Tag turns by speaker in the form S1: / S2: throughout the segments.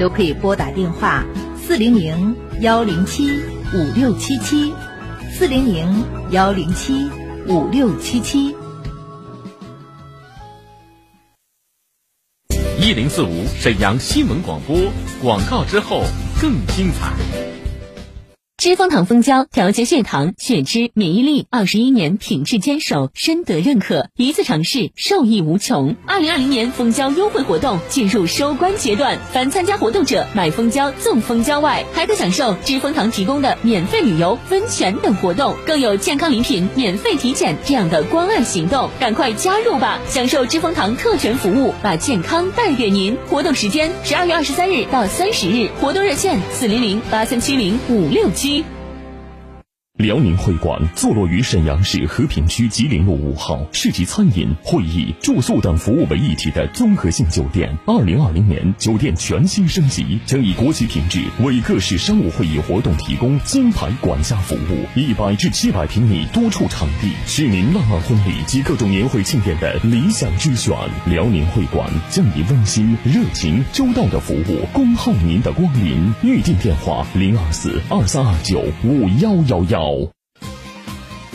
S1: 都可以拨打电话四零零幺零七五六七七，四零零幺零七五六七七。
S2: 一零四五沈阳新闻广播广告之后更精彩。
S3: 知蜂堂蜂胶调节血糖、血脂、免疫力，二十一年品质坚守，深得认可。一次尝试受益无穷。二零二零年蜂胶优惠活动进入收官阶段，凡参加活动者买蜂胶赠蜂胶外，还可享受知蜂堂提供的免费旅游、温泉等活动，更有健康礼品、免费体检这样的关爱行动。赶快加入吧，享受知蜂堂特权服务，把健康带给您。活动时间十二月二十三日到三十日，活动热线四零零八三七零五六七。
S2: 辽宁会馆坐落于沈阳市和平区吉林路五号，是集餐饮、会议、住宿等服务为一体的综合性酒店。二零二零年，酒店全新升级，将以国际品质为各式商务会议活动提供金牌管辖服务。一百至七百平米多处场地，是您浪漫婚礼及各种年会庆典的理想之选。辽宁会馆将以温馨、热情、周到的服务，恭候您的光临。预订电话：零二四二三二九五幺幺幺。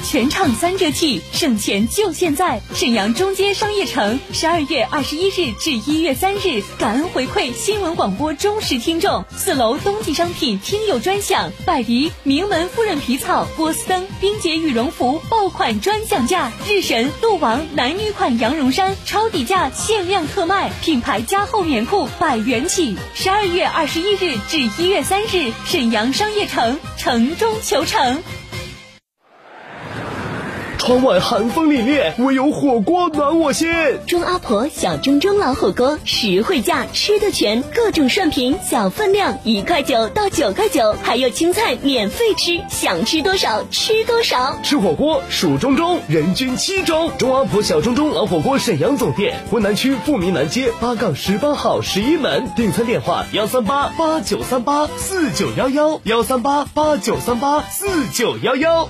S3: 全场三折起，省钱就现在！沈阳中街商业城，十二月二十一日至一月三日，感恩回馈新闻广播忠实听众。四楼冬季商品听友专享，百迪、名门夫人皮草、波司登、冰洁羽绒服爆款专享价，日神、鹿王男女款羊绒衫超低价限量特卖，品牌加厚棉裤百元起。十二月二十一日至一月三日，沈阳商业城，城中求成。
S4: 窗外寒风凛冽，唯有火锅暖我心。
S3: 钟阿婆小钟钟老火锅，实惠价，吃的全，各种涮品，小分量，一块九到九块九，还有青菜免费吃，想吃多少吃多少。
S4: 吃火锅数中中，人均七中。中阿婆小中中老火锅沈阳总店，浑南区富民南街八杠十八号十一门。订餐电话：幺三八八九三八四九幺幺，幺三八八九三八四九幺幺。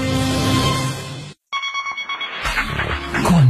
S2: 关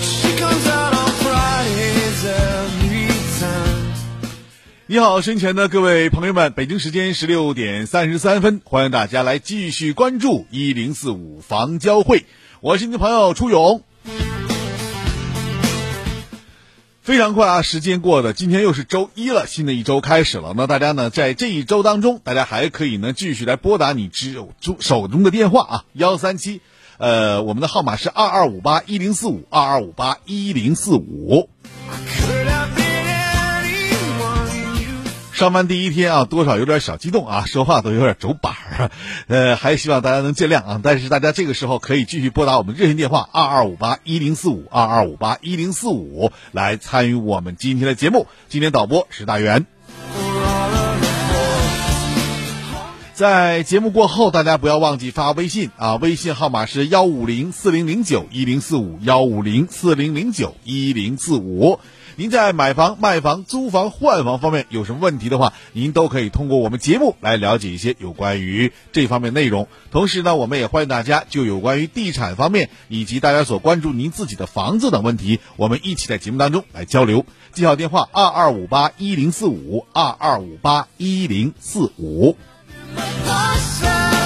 S5: She comes out on Fridays every time.
S6: 你好，身前的各位朋友们，北京时间十六点三十三分，欢迎大家来继续关注一零四五房交会，我是你的朋友初勇。非常快啊，时间过的，今天又是周一了，新的一周开始了。那大家呢，在这一周当中，大家还可以呢继续来拨打你之手手中的电话啊，幺三七，呃，我们的号码是二二五八一零四五二二五八一零四五。
S5: Could have been anyone you
S6: 上班第一天啊，多少有点小激动啊，说话都有点走板儿啊， 呃，还希望大家能见谅啊。但是大家这个时候可以继续拨打我们热线电话二二五八一零四五二二五八一零四五来参与我们今天的节目。今天导播是大元。在节目过后，大家不要忘记发微信啊，微信号码是幺五零四零零九一零四五幺五零四零零九一零四五。您在买房、卖房、租房、换房方面有什么问题的话，您都可以通过我们节目来了解一些有关于这方面内容。同时呢，我们也欢迎大家就有关于地产方面以及大家所关注您自己的房子等问题，我们一起在节目当中来交流。记好电话：二二五八一零四五二二五八一零四五。
S5: But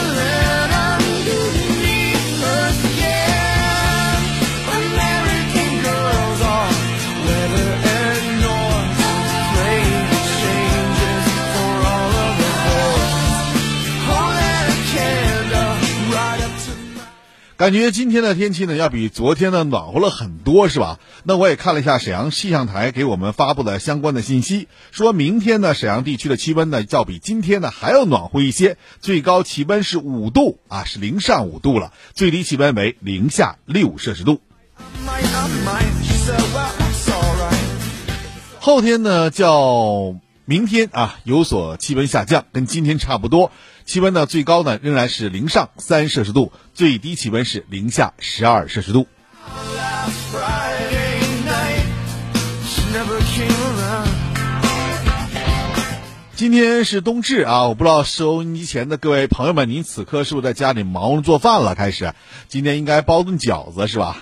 S6: 感觉今天的天气呢，要比昨天呢暖和了很多，是吧？那我也看了一下沈阳气象台给我们发布的相关的信息，说明天呢，沈阳地区的气温呢，要比今天呢还要暖和一些，最高气温是五度啊，是零上五度了，最低气温为零下六摄氏度。
S7: Might, I might, she said, well, that's alright.
S6: 后天呢，叫明天啊，有所气温下降，跟今天差不多。气温呢，最高呢仍然是零上三摄氏度，最低气温是零下十二摄氏度。
S7: Last Friday night, she never came around.
S6: 今天是冬至啊，我不知道收音机前的各位朋友们，您此刻是不是在家里忙着做饭了？开始，今天应该包顿饺子是吧？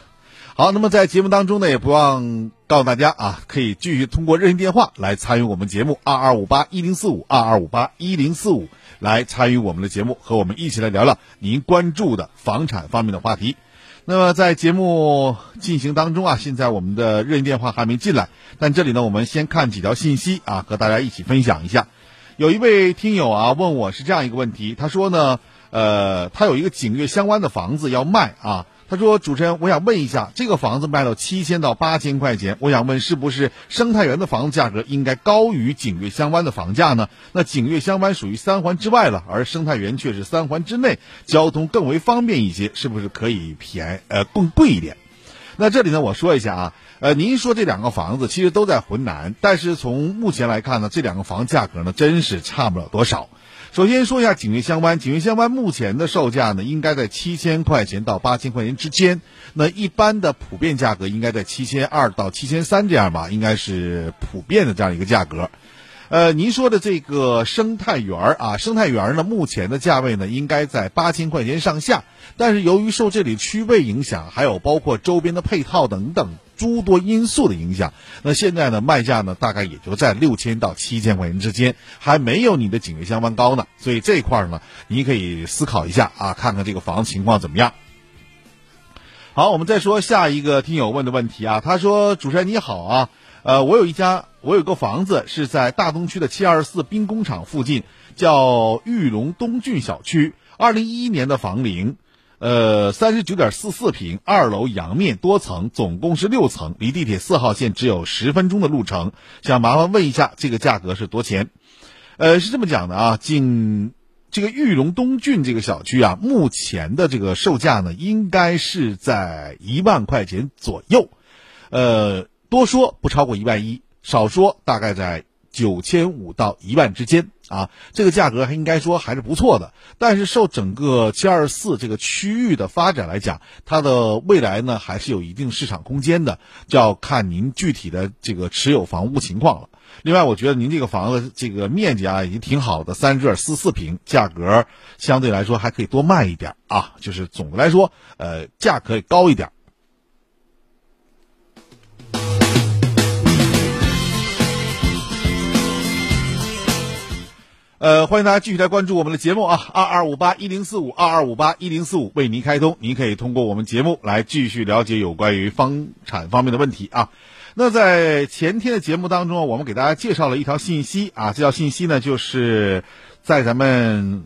S6: 好，那么在节目当中呢，也不忘告诉大家啊，可以继续通过热线电话来参与我们节目二二五八一零四五二二五八一零四五来参与我们的节目，和我们一起来聊聊您关注的房产方面的话题。那么在节目进行当中啊，现在我们的热线电话还没进来，但这里呢，我们先看几条信息啊，和大家一起分享一下。有一位听友啊问我是这样一个问题，他说呢，呃，他有一个景岳相关的房子要卖啊，他说主持人，我想问一下，这个房子卖到七千到八千块钱，我想问是不是生态园的房子价格应该高于景岳相湾的房价呢？那景岳相湾属于三环之外了，而生态园却是三环之内，交通更为方便一些，是不是可以便呃更贵一点？那这里呢，我说一下啊，呃，您说这两个房子其实都在浑南，但是从目前来看呢，这两个房价格呢，真是差不了多少。首先说一下景岳香湾，景岳香湾目前的售价呢，应该在七千块钱到八千块钱之间。那一般的普遍价格应该在七千二到七千三这样吧，应该是普遍的这样一个价格。呃，您说的这个生态园儿啊，生态园儿呢，目前的价位呢，应该在八千块钱上下。但是由于受这里区位影响，还有包括周边的配套等等诸多因素的影响，那现在呢，卖价呢，大概也就在六千到七千块钱之间，还没有你的景岳相湾高呢。所以这一块儿呢，您可以思考一下啊，看看这个房子情况怎么样。好，我们再说下一个听友问的问题啊，他说：“主持人你好啊，呃，我有一家，我有个房子是在大东区的七二四兵工厂附近，叫玉龙东郡小区，二零一一年的房龄，呃，三十九点四四平，二楼阳面多层，总共是六层，离地铁四号线只有十分钟的路程，想麻烦问一下这个价格是多钱？”呃，是这么讲的啊，景这个玉龙东郡这个小区啊，目前的这个售价呢，应该是在一万块钱左右，呃，多说不超过一万一，少说大概在九千五到一万之间啊，这个价格还应该说还是不错的。但是受整个七二四这个区域的发展来讲，它的未来呢还是有一定市场空间的，就要看您具体的这个持有房屋情况了。另外，我觉得您这个房子这个面积啊已经挺好的，三十点四四平，价格相对来说还可以多卖一点啊，就是总的来说，呃，价格也高一点。呃，欢迎大家继续来关注我们的节目啊，二二五八一零四五二二五八一零四五为您开通，您可以通过我们节目来继续了解有关于房产方面的问题啊。那在前天的节目当中啊，我们给大家介绍了一条信息啊，这条信息呢就是在咱们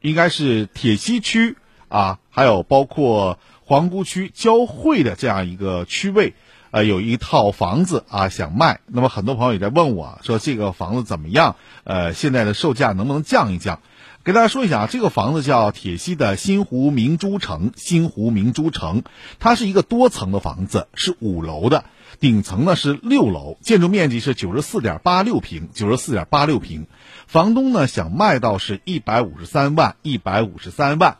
S6: 应该是铁西区啊，还有包括皇姑区交汇的这样一个区位，呃，有一套房子啊想卖。那么很多朋友也在问我说这个房子怎么样？呃，现在的售价能不能降一降？给大家说一下啊，这个房子叫铁西的新湖明珠城，新湖明珠城，它是一个多层的房子，是五楼的，顶层呢是六楼，建筑面积是九十四点八六平，九十四点八六平，房东呢想卖到是一百五十三万，一百五十三万。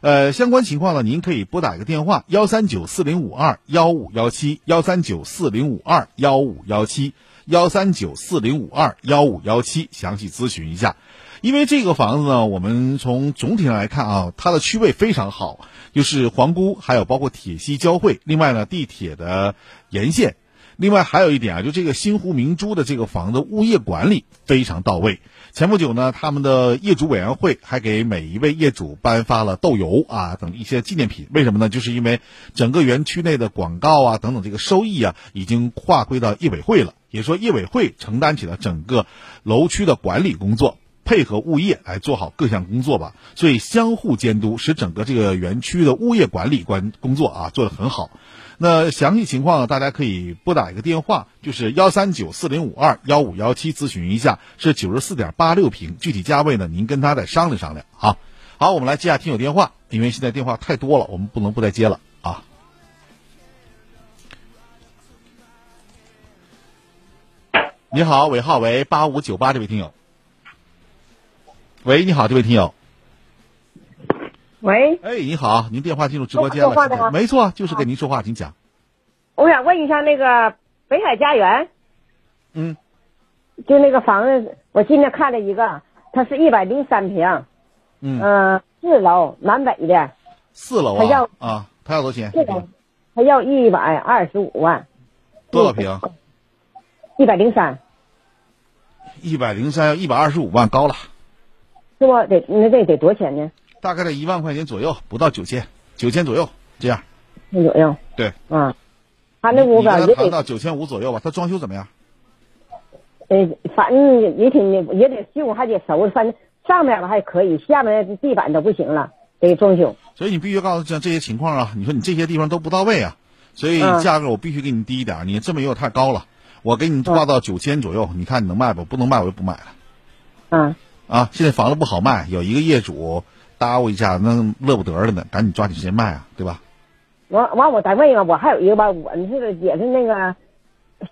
S6: 呃，相关情况呢，您可以拨打一个电话幺三九四零五二幺五幺七幺三九四零五二幺五幺七幺三九四零五二幺五幺七详细咨询一下。因为这个房子呢，我们从总体上来看啊，它的区位非常好，就是皇姑还有包括铁西交汇，另外呢，地铁的沿线。另外还有一点啊，就这个新湖明珠的这个房子物业管理非常到位。前不久呢，他们的业主委员会还给每一位业主颁发了豆油啊等一些纪念品。为什么呢？就是因为整个园区内的广告啊等等这个收益啊，已经划归到业委会了，也说业委会承担起了整个楼区的管理工作。配合物业来做好各项工作吧，所以相互监督，使整个这个园区的物业管理关工作啊做得很好。那详细情况呢，大家可以拨打一个电话，就是幺三九四零五二幺五幺七咨询一下，是九十四点八六平，具体价位呢您跟他再商量商量啊。好，我们来接下听友电话，因为现在电话太多了，我们不能不再接了啊。你好，尾号为八五九八这位听友。喂，你好，这位听友。
S8: 喂，
S6: 哎，你好，您电话进入直播间
S8: 我说话的
S6: 了。
S8: 吗
S6: 没错，就是跟您说话，请讲。
S8: 我想问一下那个北海家园，
S6: 嗯，
S8: 就那个房子，我今天看了一个，它是一百零三平，
S6: 嗯
S8: 呃四楼南北的，
S6: 四楼
S8: 他
S6: 啊
S8: 要
S6: 啊，他要多少钱？
S8: 这个它要一百二十五万，
S6: 多少平？
S8: 一百零三，
S6: 一百零三，一百二十五万，高了，
S8: 是不得那得得多少钱呢？
S6: 大概在一万块钱左右，不到九千，九千左右这样。
S8: 那左右，
S6: 对，
S8: 啊，他那屋
S6: 你
S8: 吧
S6: 跟
S8: 也
S6: 他谈
S8: 得
S6: 到九千五左右吧，他装修怎么样？
S8: 呃，反正也挺也得修，还得收拾，反正上面吧还可以，下面地板都不行了，得装修。
S6: 所以你必须告诉像这些情况啊，你说你这些地方都不到位啊，所以
S8: 嗯
S6: 价格我必须给你低一点，你这么又太高了，我给你挂到九千左右，你看你能卖不？不能卖我就不买了。
S8: 嗯，
S6: 啊，现在房子不好卖，有一个业主搭咕一下，那乐不得了呢，赶紧抓紧时间卖啊，对吧？
S8: 完完，我再问一个，我还有一个吧，我们是也是那个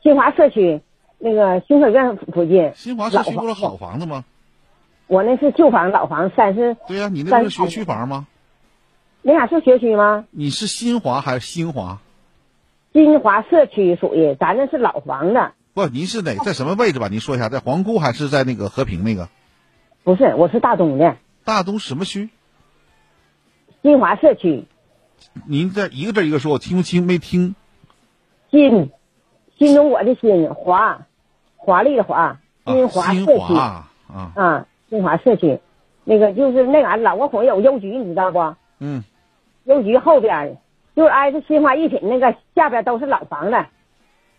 S8: 新华社区那个新社院附近，
S6: 新华社区
S8: 老
S6: 不是
S8: 房
S6: 好房子吗？
S8: 我那是旧房老房，三十
S6: 对呀、你那
S8: 三
S6: 不是学
S8: 房
S6: 区房吗？
S8: 那俩是学区吗？
S6: 你是新华还是新华？
S8: 新华社区属于咱那是老房子，
S6: 不，您是哪在什么位置吧？您说一下，在皇姑还是在那个和平那个
S8: 不是，我是大东的
S6: 大东什么区？
S8: 新华社区
S6: 您这一个字一个说，我听不清，没听。
S8: 新新中国的新华华丽的华
S6: 啊，
S8: 新华社
S6: 新
S8: 区
S6: 华啊，
S8: 啊，新华社区，那个就是那俺老国红有邮局，你知道不？
S6: 嗯，
S8: 邮局后边儿就是挨着新华一品那个下边都是老房子，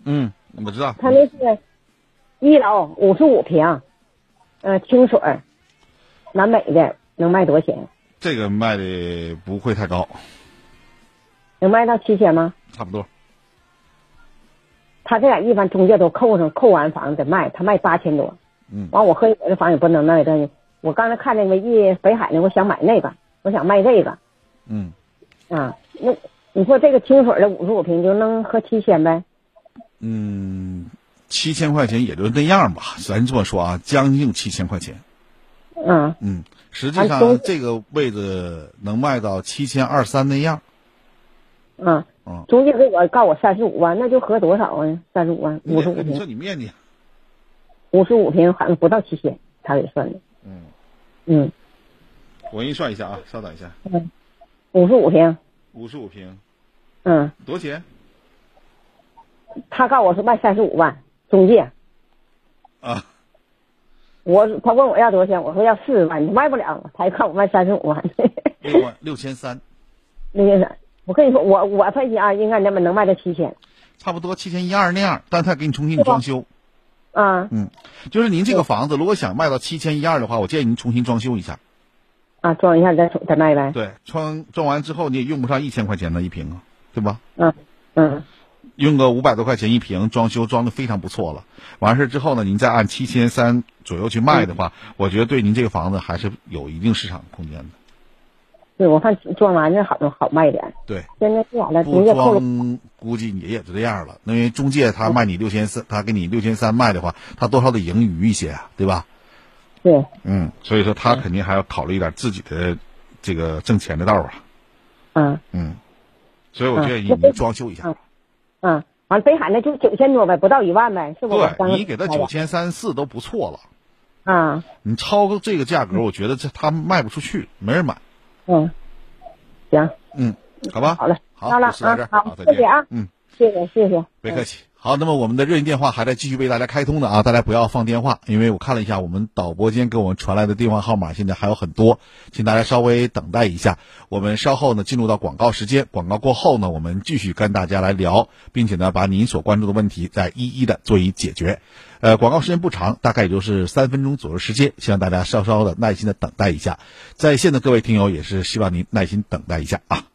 S6: 嗯，我知道。
S8: 他那是一楼五十五平，呃，清水儿，南北的能卖多少钱？
S6: 这个卖的不会太高，
S8: 能卖到七千吗？
S6: 差不多。
S8: 他这俩一般中介都扣上，扣完房子卖，他卖八千多。
S6: 嗯
S8: 完我和我的房也不能卖这，我刚才看那个一北海那，我想买那个，我想卖这个，
S6: 嗯，
S8: 啊，那你说这个清水儿的五十五平就能合七千呗？
S6: 嗯，七千块钱也就那样吧，咱这么说啊，将近七千块钱。
S8: 嗯，
S6: 嗯，实际
S8: 还都
S6: 上这个位置能卖到七千二三那样。
S8: 嗯
S6: 嗯，
S8: 中介给我告我三十五万，那就合多少啊？三十五万，五十五
S6: 你说
S8: 平，
S6: 你面积，
S8: 五十五平好像不到七千，他给算的。
S6: 嗯
S8: 嗯，
S6: 我给你算一下啊，稍等一下，
S8: 五十五平，
S6: 五十五平
S8: 嗯，
S6: 多少钱？
S8: 他告我是卖三十五万，中介，
S6: 啊，
S8: 我他问我要多少钱，我说要四十万，你卖不了，啊他就告我卖三十五万。
S6: 六万六千三，
S8: 那个啥，我跟你说，我我分析啊，应该能能卖到七千
S6: 差不多七千一二那样，但他给你重新装修。
S8: 啊
S6: 嗯，就是您这个房子，如果想卖到七千一二的话，我建议您重新装修一下。
S8: 啊，装一下再再卖呗。
S6: 对，装装完之后你也用不上一千块钱的一平啊，对吧？
S8: 嗯嗯
S6: 用个五百多块钱一平，装修装的非常不错了。完事儿之后呢，您再按七千三左右去卖的话，我觉得对您这个房子还是有一定市场空间的。
S8: 对，我看装完这好好卖点，
S6: 对，
S8: 现在不完了，
S6: 不
S8: 中介扣了，
S6: 装估计也也就这样了，因为中介他卖你六千三，他给你六千三卖的话，他多少得盈余一些啊，对吧？
S8: 对，
S6: 嗯，所以说他肯定还要考虑一点自己的这个挣钱的道儿啊。
S8: 嗯
S6: 嗯，所以我觉得
S8: 嗯
S6: 你你装修一下，
S8: 嗯，完了北海那就九千多呗，不到一万呗，是不？我刚
S6: 对
S8: 才
S6: 你给他
S8: 说的
S6: 九千三四都不错了，
S8: 啊，
S6: 你超过这个价格，我觉得这他卖不出去，没人买。
S8: 嗯，行，
S6: 嗯，好吧，
S8: 好嘞，
S6: 好，
S8: 那了
S6: 就说到这儿，
S8: 啊好
S6: 好，再见
S8: 谢谢啊
S6: 嗯，
S8: 谢谢谢谢，
S6: 别客气，好。好，那么我们的热线电话还在继续为大家开通的啊，大家不要放电话，因为我看了一下我们导播间给我们传来的电话号码，现在还有很多，请大家稍微等待一下。我们稍后呢进入到广告时间，广告过后呢，我们继续跟大家来聊，并且呢把您所关注的问题再一一的做以解决。呃，广告时间不长，大概也就是三分钟左右时间，希望大家稍稍的耐心的等待一下。在线的各位听友也是希望您耐心等待一下啊。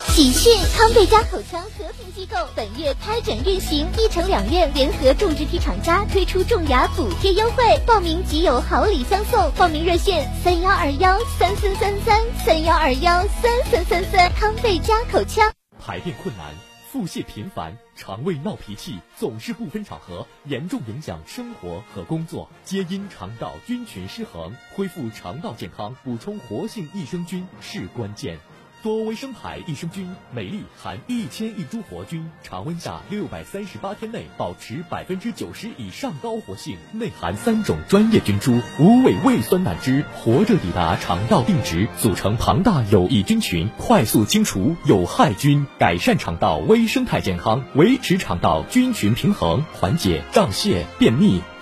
S9: 喜讯！康贝佳口腔和平机构本月开展运行，一城两院联合种植体厂家推出种牙补贴优惠，报名即有好礼相送。报名热线：三幺二幺三三三三三幺二幺三三三三。康贝佳口腔。
S4: 排便困难、腹泻频繁、肠胃闹脾气，总是不分场合，严重影响生活和工作，皆因肠道菌群失衡。恢复肠道健康，补充活性益生菌是关键。多维生牌益生菌每粒含一千亿株活菌，常温下六百三十八天内保持百分之九十以上高活性，内含三种专业菌株，无尾胃酸胆汁活着抵达肠道定植，组成庞大有益菌群，快速清除有害菌，改善肠道微生态健康，维持肠道菌群平衡，缓解胀泻、便秘。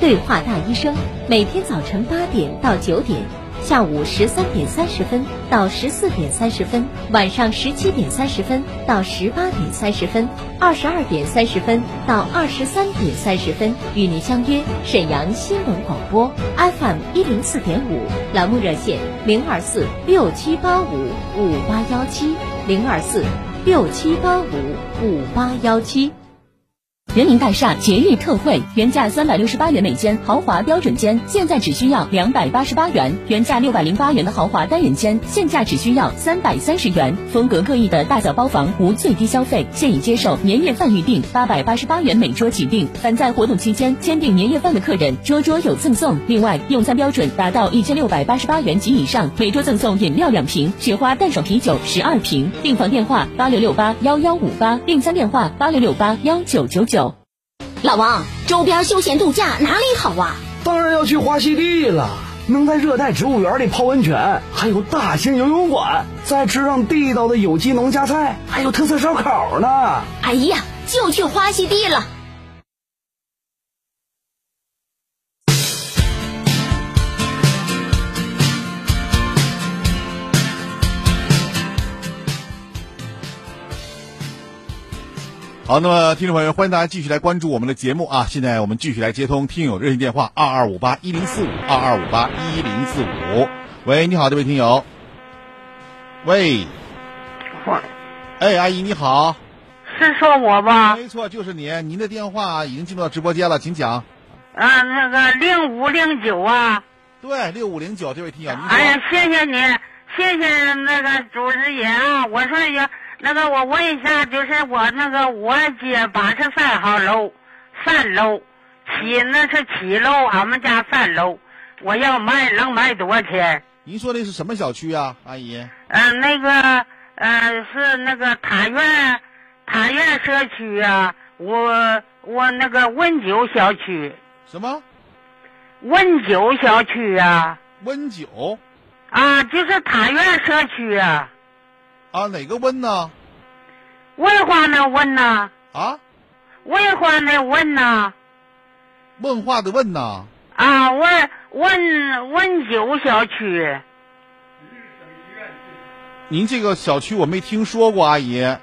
S3: 对话大医生，每天早晨八点到九点，下午十三点三十分到十四点三十分，晚上十七点三十分到十八点三十分，二十二点三十分到二十三点三十分，与您相约沈阳新闻广播 FM 一零四点五，栏目热线零二四六七八五五八幺七零二四六七八五五八幺七。人民大厦节日特惠，原价三百六十八元每间豪华标准间，现在只需要两百八十八元；原价六百零八元的豪华单人间，现价只需要三百三十元。风格各异的大小包房无最低消费，现已接受年夜饭预订，八百八十八元每桌起订。凡在活动期间签订年夜饭的客人，桌桌有赠送。另外，用餐标准达到一千六百八十八元及以上，每桌赠送饮料两瓶，雪花淡爽啤酒十二瓶。订房电话八六六八幺幺五八，订餐电话八六六八幺九九九。
S10: 老王，周边休闲度假哪里好啊？
S5: 当然要去花溪地了，能在热带植物园里泡温泉，还有大型游泳馆，再吃上地道的有机农家菜，还有特色烧烤呢。
S10: 哎呀，就去花溪地了。
S6: 好，那么听众朋友，欢迎大家继续来关注我们的节目啊！现在我们继续来接通听友热线电话二二五八一零四五二二五八一零四五。喂，你好，这位听友。喂，哎，阿姨你好，
S11: 是说我吧？
S6: 没错，就是你。您的电话已经进入到直播间了，请讲。
S11: 啊，那个零五零九啊。
S6: 对，六五零九这位听友，您好
S11: 哎呀，谢谢你，谢谢那个主持人啊！我说呀，那个我问一下，就是我那个我姐八十三号楼，三楼，七那是七楼，俺们家三楼，我要卖能卖多少钱？
S6: 您说的是什么小区啊，阿姨？
S11: 嗯、那个呃是那个塔院塔院社区啊，我我那个温酒小区，
S6: 什么
S11: 温酒小区啊
S6: 温酒
S11: 啊，就是塔院社区啊，
S6: 啊？哪个温呢？
S11: 文化那温呐，
S6: 啊，
S11: 文化那温呐
S6: 问话的问呐？
S11: 啊，温温温酒小区。
S6: 您这个小区我没听说过，阿姨。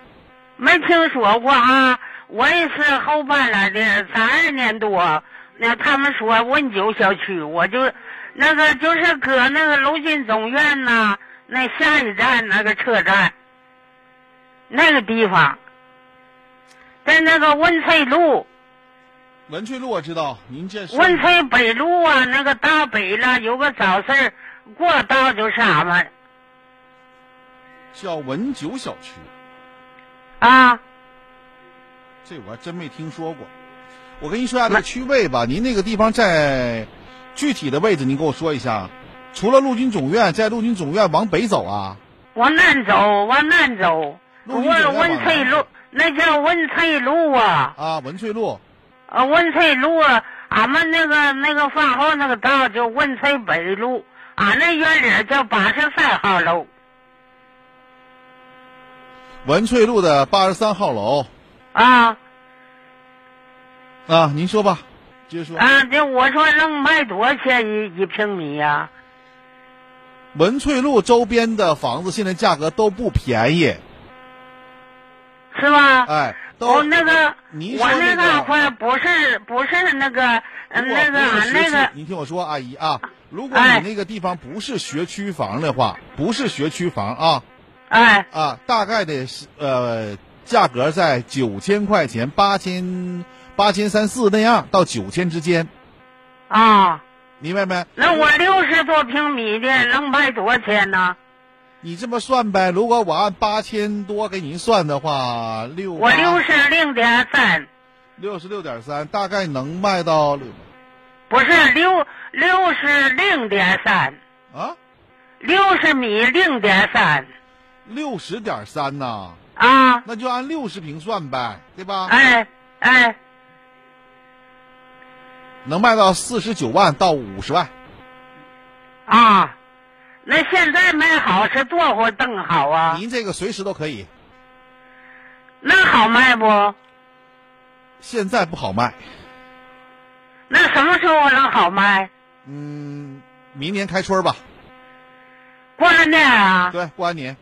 S11: 没听说过啊，我也是后搬来的，才二年多，那他们说温酒小区，我就那个就是搁那个楼进总院呐、那下一站那个车站那个地方，在那个温翠路、
S6: 文翠路我知道，您这是
S11: 温翠北路啊，那个大北了有个早市儿过道就是俺们
S6: 叫文九小区，
S11: 啊，
S6: 这我还真没听说过。我跟您说一下这个区位吧，您那个地方在具体的位置，您给我说一下。除了陆军总院，在陆军总院往北走啊，
S11: 往南走，往南走，
S6: 陆军总
S11: 温
S6: 院往
S11: 温
S6: 南
S11: 翠路那叫温翠路啊。
S6: 啊，文翠路
S11: 呃，汶翠路，俺们那个那个饭后那个道叫汶翠北路，俺那院里叫八十三号楼。
S6: 文翠路的八十三号楼
S11: 啊
S6: 啊，您说吧，接着说。
S11: 啊，这我说能卖多少钱一一平米啊呀、
S6: 文翠路周边的房子现在价格都不便宜，
S11: 是吧？
S6: 哎，都、
S11: 我、哦那个，
S6: 您说
S11: 我那
S6: 那
S11: 个
S6: 个，
S11: 块不是不是那个呃
S6: 如果
S11: 那个
S6: 不
S11: 俺
S6: 是学
S11: 那
S6: 区
S11: 个，
S6: 您听我说，阿姨啊，如果
S11: 哎
S6: 你那个地方不是学区房的话，不是学区房啊
S11: 哎
S6: 啊，大概得是呃价格在九千块钱、八千、八千三四那样到九千之间，
S11: 啊，
S6: 明白没？
S11: 那我六十多平米的能卖多少钱呢？
S6: 你这么算呗，如果我按八千多给您算的话，六
S11: 我六十零点三，
S6: 六十六点三，大概能卖到六
S11: 不是六六十零点三。
S6: 啊
S11: 六十米零点三
S6: 六十点三呐，
S11: 啊，
S6: 那就按六十平算呗，对吧？
S11: 哎哎
S6: 能卖到四十九万到五十万，
S11: 啊，那现在卖好是多会更好啊？
S6: 您这个随时都可以，
S11: 那好卖不？
S6: 现在不好卖，
S11: 那什么时候能好卖？
S6: 嗯，明年开春吧，
S11: 过了年啊
S6: 对，过完年，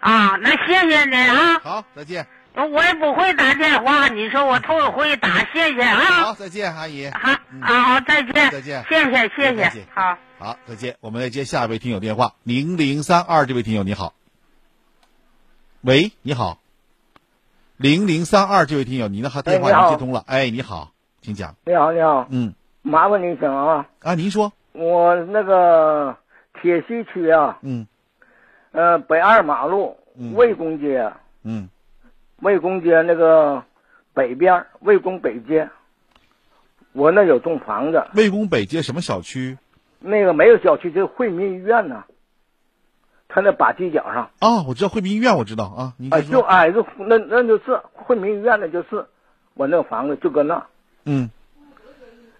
S11: 啊，那谢谢你啊，
S6: 好，再见，
S11: 我也不会打电话，你说我头一回打，谢谢
S6: 好，
S11: 啊，
S6: 再见，阿姨，
S11: 好啊，好，再见，
S6: 再见
S11: 谢谢谢谢
S6: 再见，
S11: 好。
S6: 好，再见，我们来接下一位听友电话，零零三二，这位听友你好，喂，你好，零零三二，这位听友，您的电话已
S12: 哎你
S6: 经
S12: 好
S6: 接通了，哎，你好，请讲，
S12: 你好，你好，
S6: 嗯，
S12: 麻烦你讲啊，
S6: 啊，您说，
S12: 我那个铁西区啊，
S6: 嗯
S12: 呃，北二马路
S6: 嗯
S12: 魏公街，
S6: 嗯，
S12: 魏公街那个北边儿魏公北街，我那有栋房子，
S6: 魏公北街什么小区？
S12: 那个没有小区，就是惠民医院呢、他那把犄角上，
S6: 啊，我知道惠民医院，我知道啊，您
S12: 哎、
S6: 先
S12: 就
S6: 说，
S12: 挨着那那就是惠民医院那就是我那个房子就搁那，
S6: 嗯，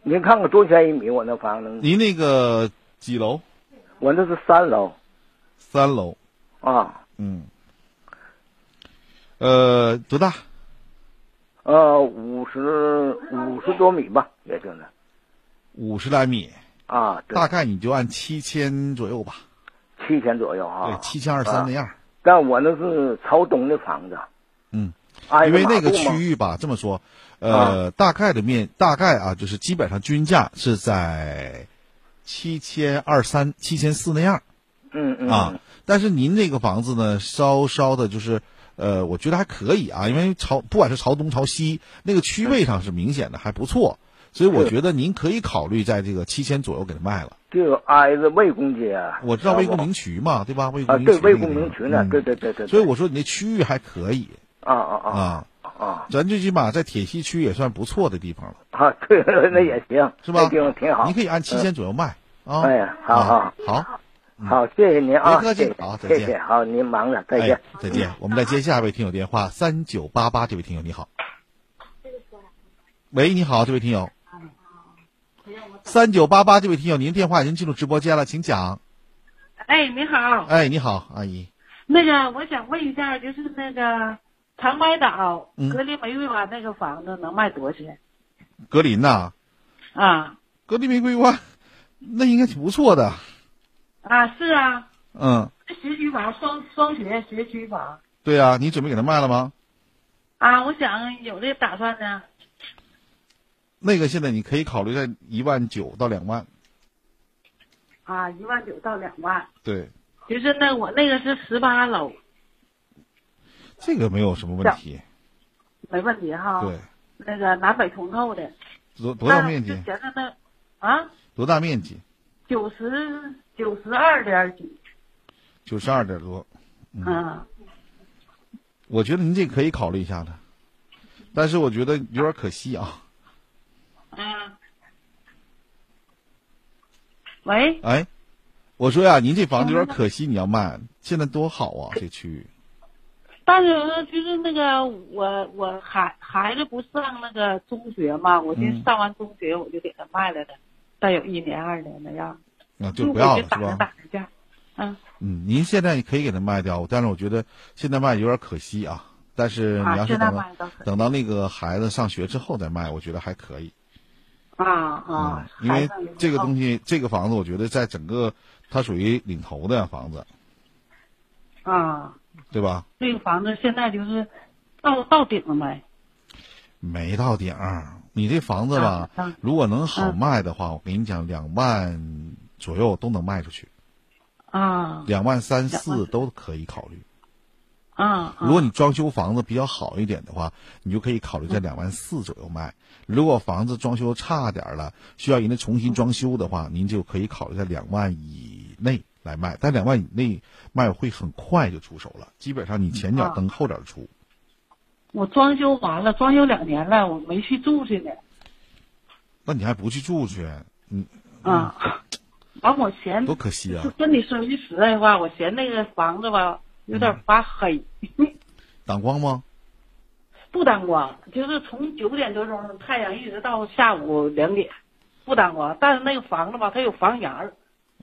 S12: 您看看多少钱一米？我那房子，
S6: 您那个几楼？
S12: 我那是三楼
S6: 三楼，
S12: 啊，
S6: 嗯，呃，多大？
S12: 呃，五十五十多米吧，也就是
S6: 五十来米，
S12: 啊，对
S6: 大概你就按七千左右吧，
S12: 七千左右啊，
S6: 对，七千二三那
S12: 啊。
S6: 样。
S12: 但我那是朝东的房子，
S6: 嗯，
S12: 挨
S6: 因
S12: 着
S6: 为那个
S12: 马路啊嘛
S6: 区域吧，这么说，呃，大概的面，大概啊，就是基本上均价是在七千二三、七千四那样
S12: 嗯嗯
S6: 啊。但是您这个房子呢，稍稍的就是。呃，我觉得还可以啊，因为朝不管是朝东朝西，那个区位上是明显的还不错，所以我
S12: 是
S6: 觉得您可以考虑在这个七千左右给它卖了。
S12: 就挨着魏公街，
S6: 我知道魏公
S12: 明
S6: 明渠嘛，对吧？魏公
S12: 啊，
S6: 明渠
S12: 对魏
S6: 那个
S12: 公
S6: 地
S12: 明
S6: 方
S12: 渠呢，
S6: 嗯
S12: 对对对对，对
S6: 所以我说你那区域还可以
S12: 啊啊
S6: 啊，
S12: 啊啊
S6: 咱最起码在铁西区也算不错的地方了，
S12: 啊， 对，那也行，
S6: 是吧
S12: 那地方挺好，
S6: 你可以按七千左右卖啊。
S12: 嗯。哎呀，好好
S6: 啊好，
S12: 好，谢谢您啊，
S6: 没客气
S12: 谢谢
S6: 好再
S12: 谢
S6: 见
S12: 谢，好，您忙了，再
S6: 哎
S12: 见，，
S6: 再见。我们来接下一位听友电话，三九八八，这位听友你好。喂，你好，这位听友。三九八八，这位听友，您电话已经进入直播间了，请讲。
S13: 哎，你好，
S6: 哎，你好，阿姨。
S13: 那个我想问一下，就是那个长白岛
S6: 嗯
S13: 格林玫瑰湾啊那个房子能卖多少钱
S6: 格林呐、
S13: 啊？
S6: 格林玫瑰湾，那应该挺不错的。
S13: 啊，是啊，
S6: 嗯，
S13: 学区房双双学学区房
S6: 对啊，你准备给他卖了吗？
S13: 啊，我想有这打算呢。
S6: 那个现在你可以考虑在一万九到两万，
S13: 啊，一万九到两万，
S6: 对，
S13: 就是那我那个是十八楼，
S6: 这个没有什么问题，
S13: 没问题哈。
S6: 对，
S13: 那个南北通透的，
S6: 多多大
S13: 那
S6: 面
S13: 就
S6: 积？
S13: 觉得那啊，
S6: 多大面积？
S13: 九十九十二点几，
S6: 九十二点多，
S13: 嗯，
S6: 我觉得您这可以考虑一下的，但是我觉得有点可惜啊。
S13: 嗯，喂，
S6: 哎，我说呀，您这房子有点可惜，你要卖，现在多好啊，这区域。
S13: 但是我说就是那个我我孩孩子不上那个中学嘛，我就
S6: 嗯
S13: 上完中学我就给他卖了的，再有一年二年的样，
S6: 啊，就不要
S13: 嗯我
S6: 了
S13: 就打
S6: 是
S13: 听
S6: 吧？
S13: 打听价，嗯，
S6: 嗯，您现在可以给它卖掉，但是我觉得现在卖有点可惜啊。但是
S13: 啊
S6: 你要是嗯
S13: 现在
S6: 等到、
S13: 卖倒可以
S6: 等到那个孩子上学之后再卖，我觉得还可以。嗯
S13: 啊啊，
S6: 因
S13: 孩
S6: 为
S13: 子有
S6: 这个
S13: 哦
S6: 东西，这个房子，我觉得在整个它属于领头的房子，
S13: 啊，
S6: 对吧？
S13: 这个房子现在就是到到顶了没？
S6: 没到顶儿，你这房子吧，
S13: 啊啊
S6: 如果能好卖的话，我跟你讲，两万左右都能卖出去，
S13: 啊
S6: 两万三
S13: 两
S6: 四都可以考虑。
S13: 啊，
S6: 如果你装修房子比较好一点的话，你就可以考虑在两万四左右卖。如果房子装修差点儿了，需要人家重新装修的话，您就可以考虑在两万以内来卖。但两万以内卖会很快就出手了，基本上你前脚蹬后脚出。
S13: 我装修完了，装修两年了，我没去住去呢。
S6: 那你还不去住去，嗯，
S13: 啊，完我嫌
S11: 嗯
S6: 多可惜啊
S13: 就！跟你说句实在话，我嫌那个房子吧有点发黑，
S6: 挡光吗？
S13: 不当光，就是从九点多钟太阳一直到下午两点，不当光。但是那个房子吧，它有房檐儿，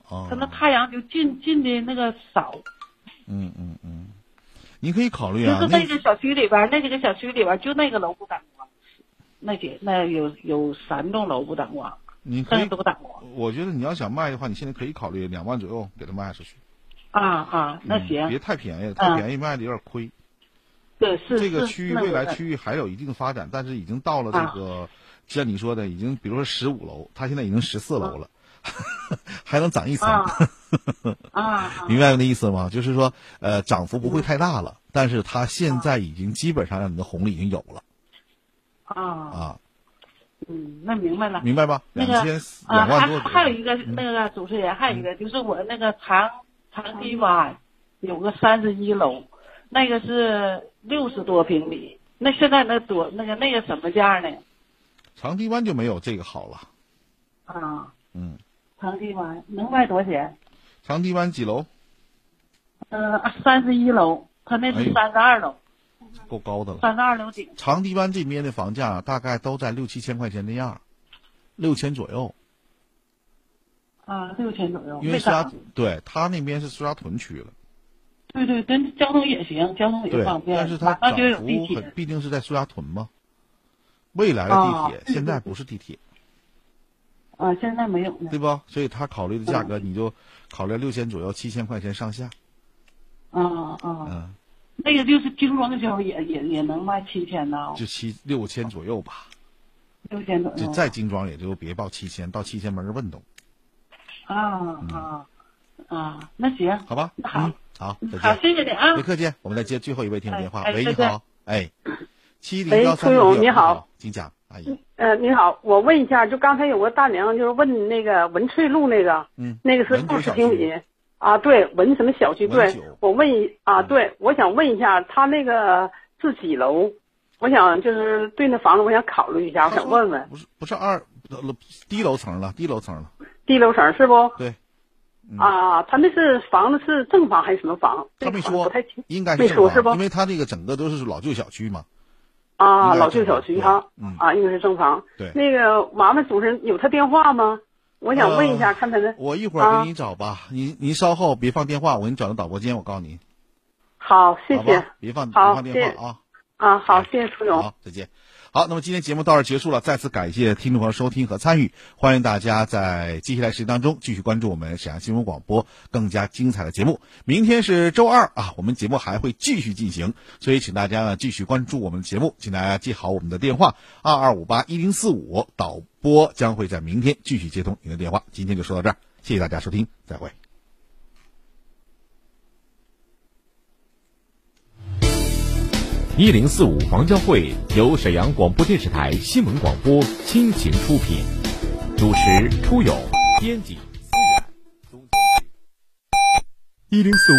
S6: 啊
S13: 它，那太阳就进进的那个少。
S6: 嗯嗯嗯，你可以考虑
S13: 就
S6: 啊
S13: 是。
S6: 那
S13: 那个小区里边儿，那几个小区里边儿，就那个楼不当光，那几那有有三栋楼不当光，
S6: 你可
S13: 但
S6: 以
S13: 是，都当光。
S6: 我觉得你要想卖的话，你现在可以考虑两万左右给它卖出去。
S13: 啊啊，那
S6: 嗯
S13: 行，
S6: 别太便宜了，太
S13: 嗯
S6: 便宜卖的有点亏。
S13: 对，是
S6: 这
S13: 是
S6: 个区域
S13: 那啊
S6: 未
S13: 我
S6: 来
S13: 的
S6: 区域还有一定的发展，但是已经到了这个，像你说的，已经比如说十五楼，它现在已经十四楼了， 还能涨一 层，
S13: 啊啊
S6: 明白我的意思吗？就是说，呃，涨幅不会太大了，但是它现在已经基本上让你的红利已经有了
S13: 啊，
S6: 啊，
S13: 嗯，那明白了。
S6: 明白吧？
S13: 那
S6: 两
S13: 个
S6: 千
S13: 啊，
S6: 两万
S13: 还
S6: 多左
S13: 还有
S6: 右，嗯
S13: 一个那个主持人，还有一个就是我那个长长堤湾有个三十一楼，那个是六十多平米，那现在那多那个那个什么价呢？
S6: 长堤湾就没有这个好了，
S13: 啊，
S6: 嗯，
S13: 长堤湾能卖多少钱？
S6: 长堤湾几楼
S13: 嗯、呃，三十一楼，他那
S6: 哎
S13: 是
S6: 呦
S13: 三十二楼，
S6: 够高的了。
S13: 三十二楼顶。
S6: 长堤湾这边的房价大概都在六七千块钱的样儿，六千左右。
S13: 啊，六千左右，
S6: 因
S13: 没
S6: 为石家
S13: 涨
S6: 对他那边是石家屯区了，
S13: 对对，跟交通也行，交通也
S6: 对
S13: 方，便，
S6: 但是它
S13: 马上
S6: 涨
S13: 就有地
S6: 幅
S13: 铁
S6: 很，毕竟是在石家屯嘛。未来的地铁、
S13: 哦
S6: 现在不是地铁，
S13: 啊，现在没有呢
S6: 对。吧？所以他考虑的价格你就考虑六千左右，七千块钱上下。
S13: 啊啊，
S6: 嗯，
S13: 那个就是精装修也也也能卖七千呢，
S6: 就七六千左右吧。
S13: 六千左右
S6: 就。再精装也就别报七千，到七千没人问都，
S13: 啊
S6: 嗯
S13: 啊啊，那行，
S6: 好吧？
S13: 那好
S6: 嗯，好，再
S13: 好，
S6: 见。
S13: 谢谢你啊
S6: 别。客气，我们再接最后一位听众电话。
S13: 哎哎
S6: 喂，
S13: 再
S6: 你
S13: 见
S6: 好，哎，七零
S14: 喂
S6: 幺三
S14: 崔
S6: 六
S14: 勇
S6: 六，
S14: 你好，
S6: 请讲，阿姨。
S14: 呃，你好，我问一下，就刚才有个大娘就是问那个文翠路那个，
S6: 嗯，
S14: 那个是
S6: 文九
S14: 二十
S6: 小
S14: 平
S6: 区
S14: 米啊，对，文什么小区？
S6: 文
S14: 对
S6: 九，嗯
S14: 我问一啊，对，我想问一下，他那个是几楼？我想就是对那房子，我想考虑一 下，我想问问
S6: 不是不是二楼低楼层了，低楼层了。
S14: 低楼层是不？
S6: 对，
S14: 啊，他那是房子是正房还是什么房？
S6: 他没
S14: 这个好像
S6: 说
S14: 不太清，
S6: 应该
S14: 没
S6: 是
S14: 说
S6: 正
S14: 是不
S6: 房，因为他这个整个都是老旧小区嘛。
S14: 啊，
S6: 应该
S14: 老
S6: 是
S14: 旧
S6: 正
S14: 小
S6: 房
S14: 区
S6: 对
S14: 哈，
S6: 嗯
S14: 啊，应该是正房。
S6: 对
S14: 那个麻烦主持人有他电话吗？我想问一下，
S6: 呃
S14: 看他的。
S6: 我一会儿
S14: 啊
S6: 给你找吧，您您稍后别放电话，我给你找到导播间，我告诉你，
S14: 好，谢
S6: 好
S14: 谢
S6: 吧，别放别
S14: 好
S6: 放电话啊，
S14: 啊，好，谢谢楚勇。
S6: 好，再见。好，那么今天节目到这儿结束了，再次感谢听众朋友收听和参与，欢迎大家在接下来时间当中继续关注我们沈阳新闻广播更加精彩的节目。明天是周二啊，我们节目还会继续进行，所以请大家呢继续关注我们的节目，请大家记好我们的电话二二五八一零四五，导播将会在明天继续接通您的电话。今天就说到这儿，谢谢大家收听，再会。
S4: 一零四五房交会由沈阳广播电视台新闻广播倾情出品，主持出友，编辑思远，总监制一零四五。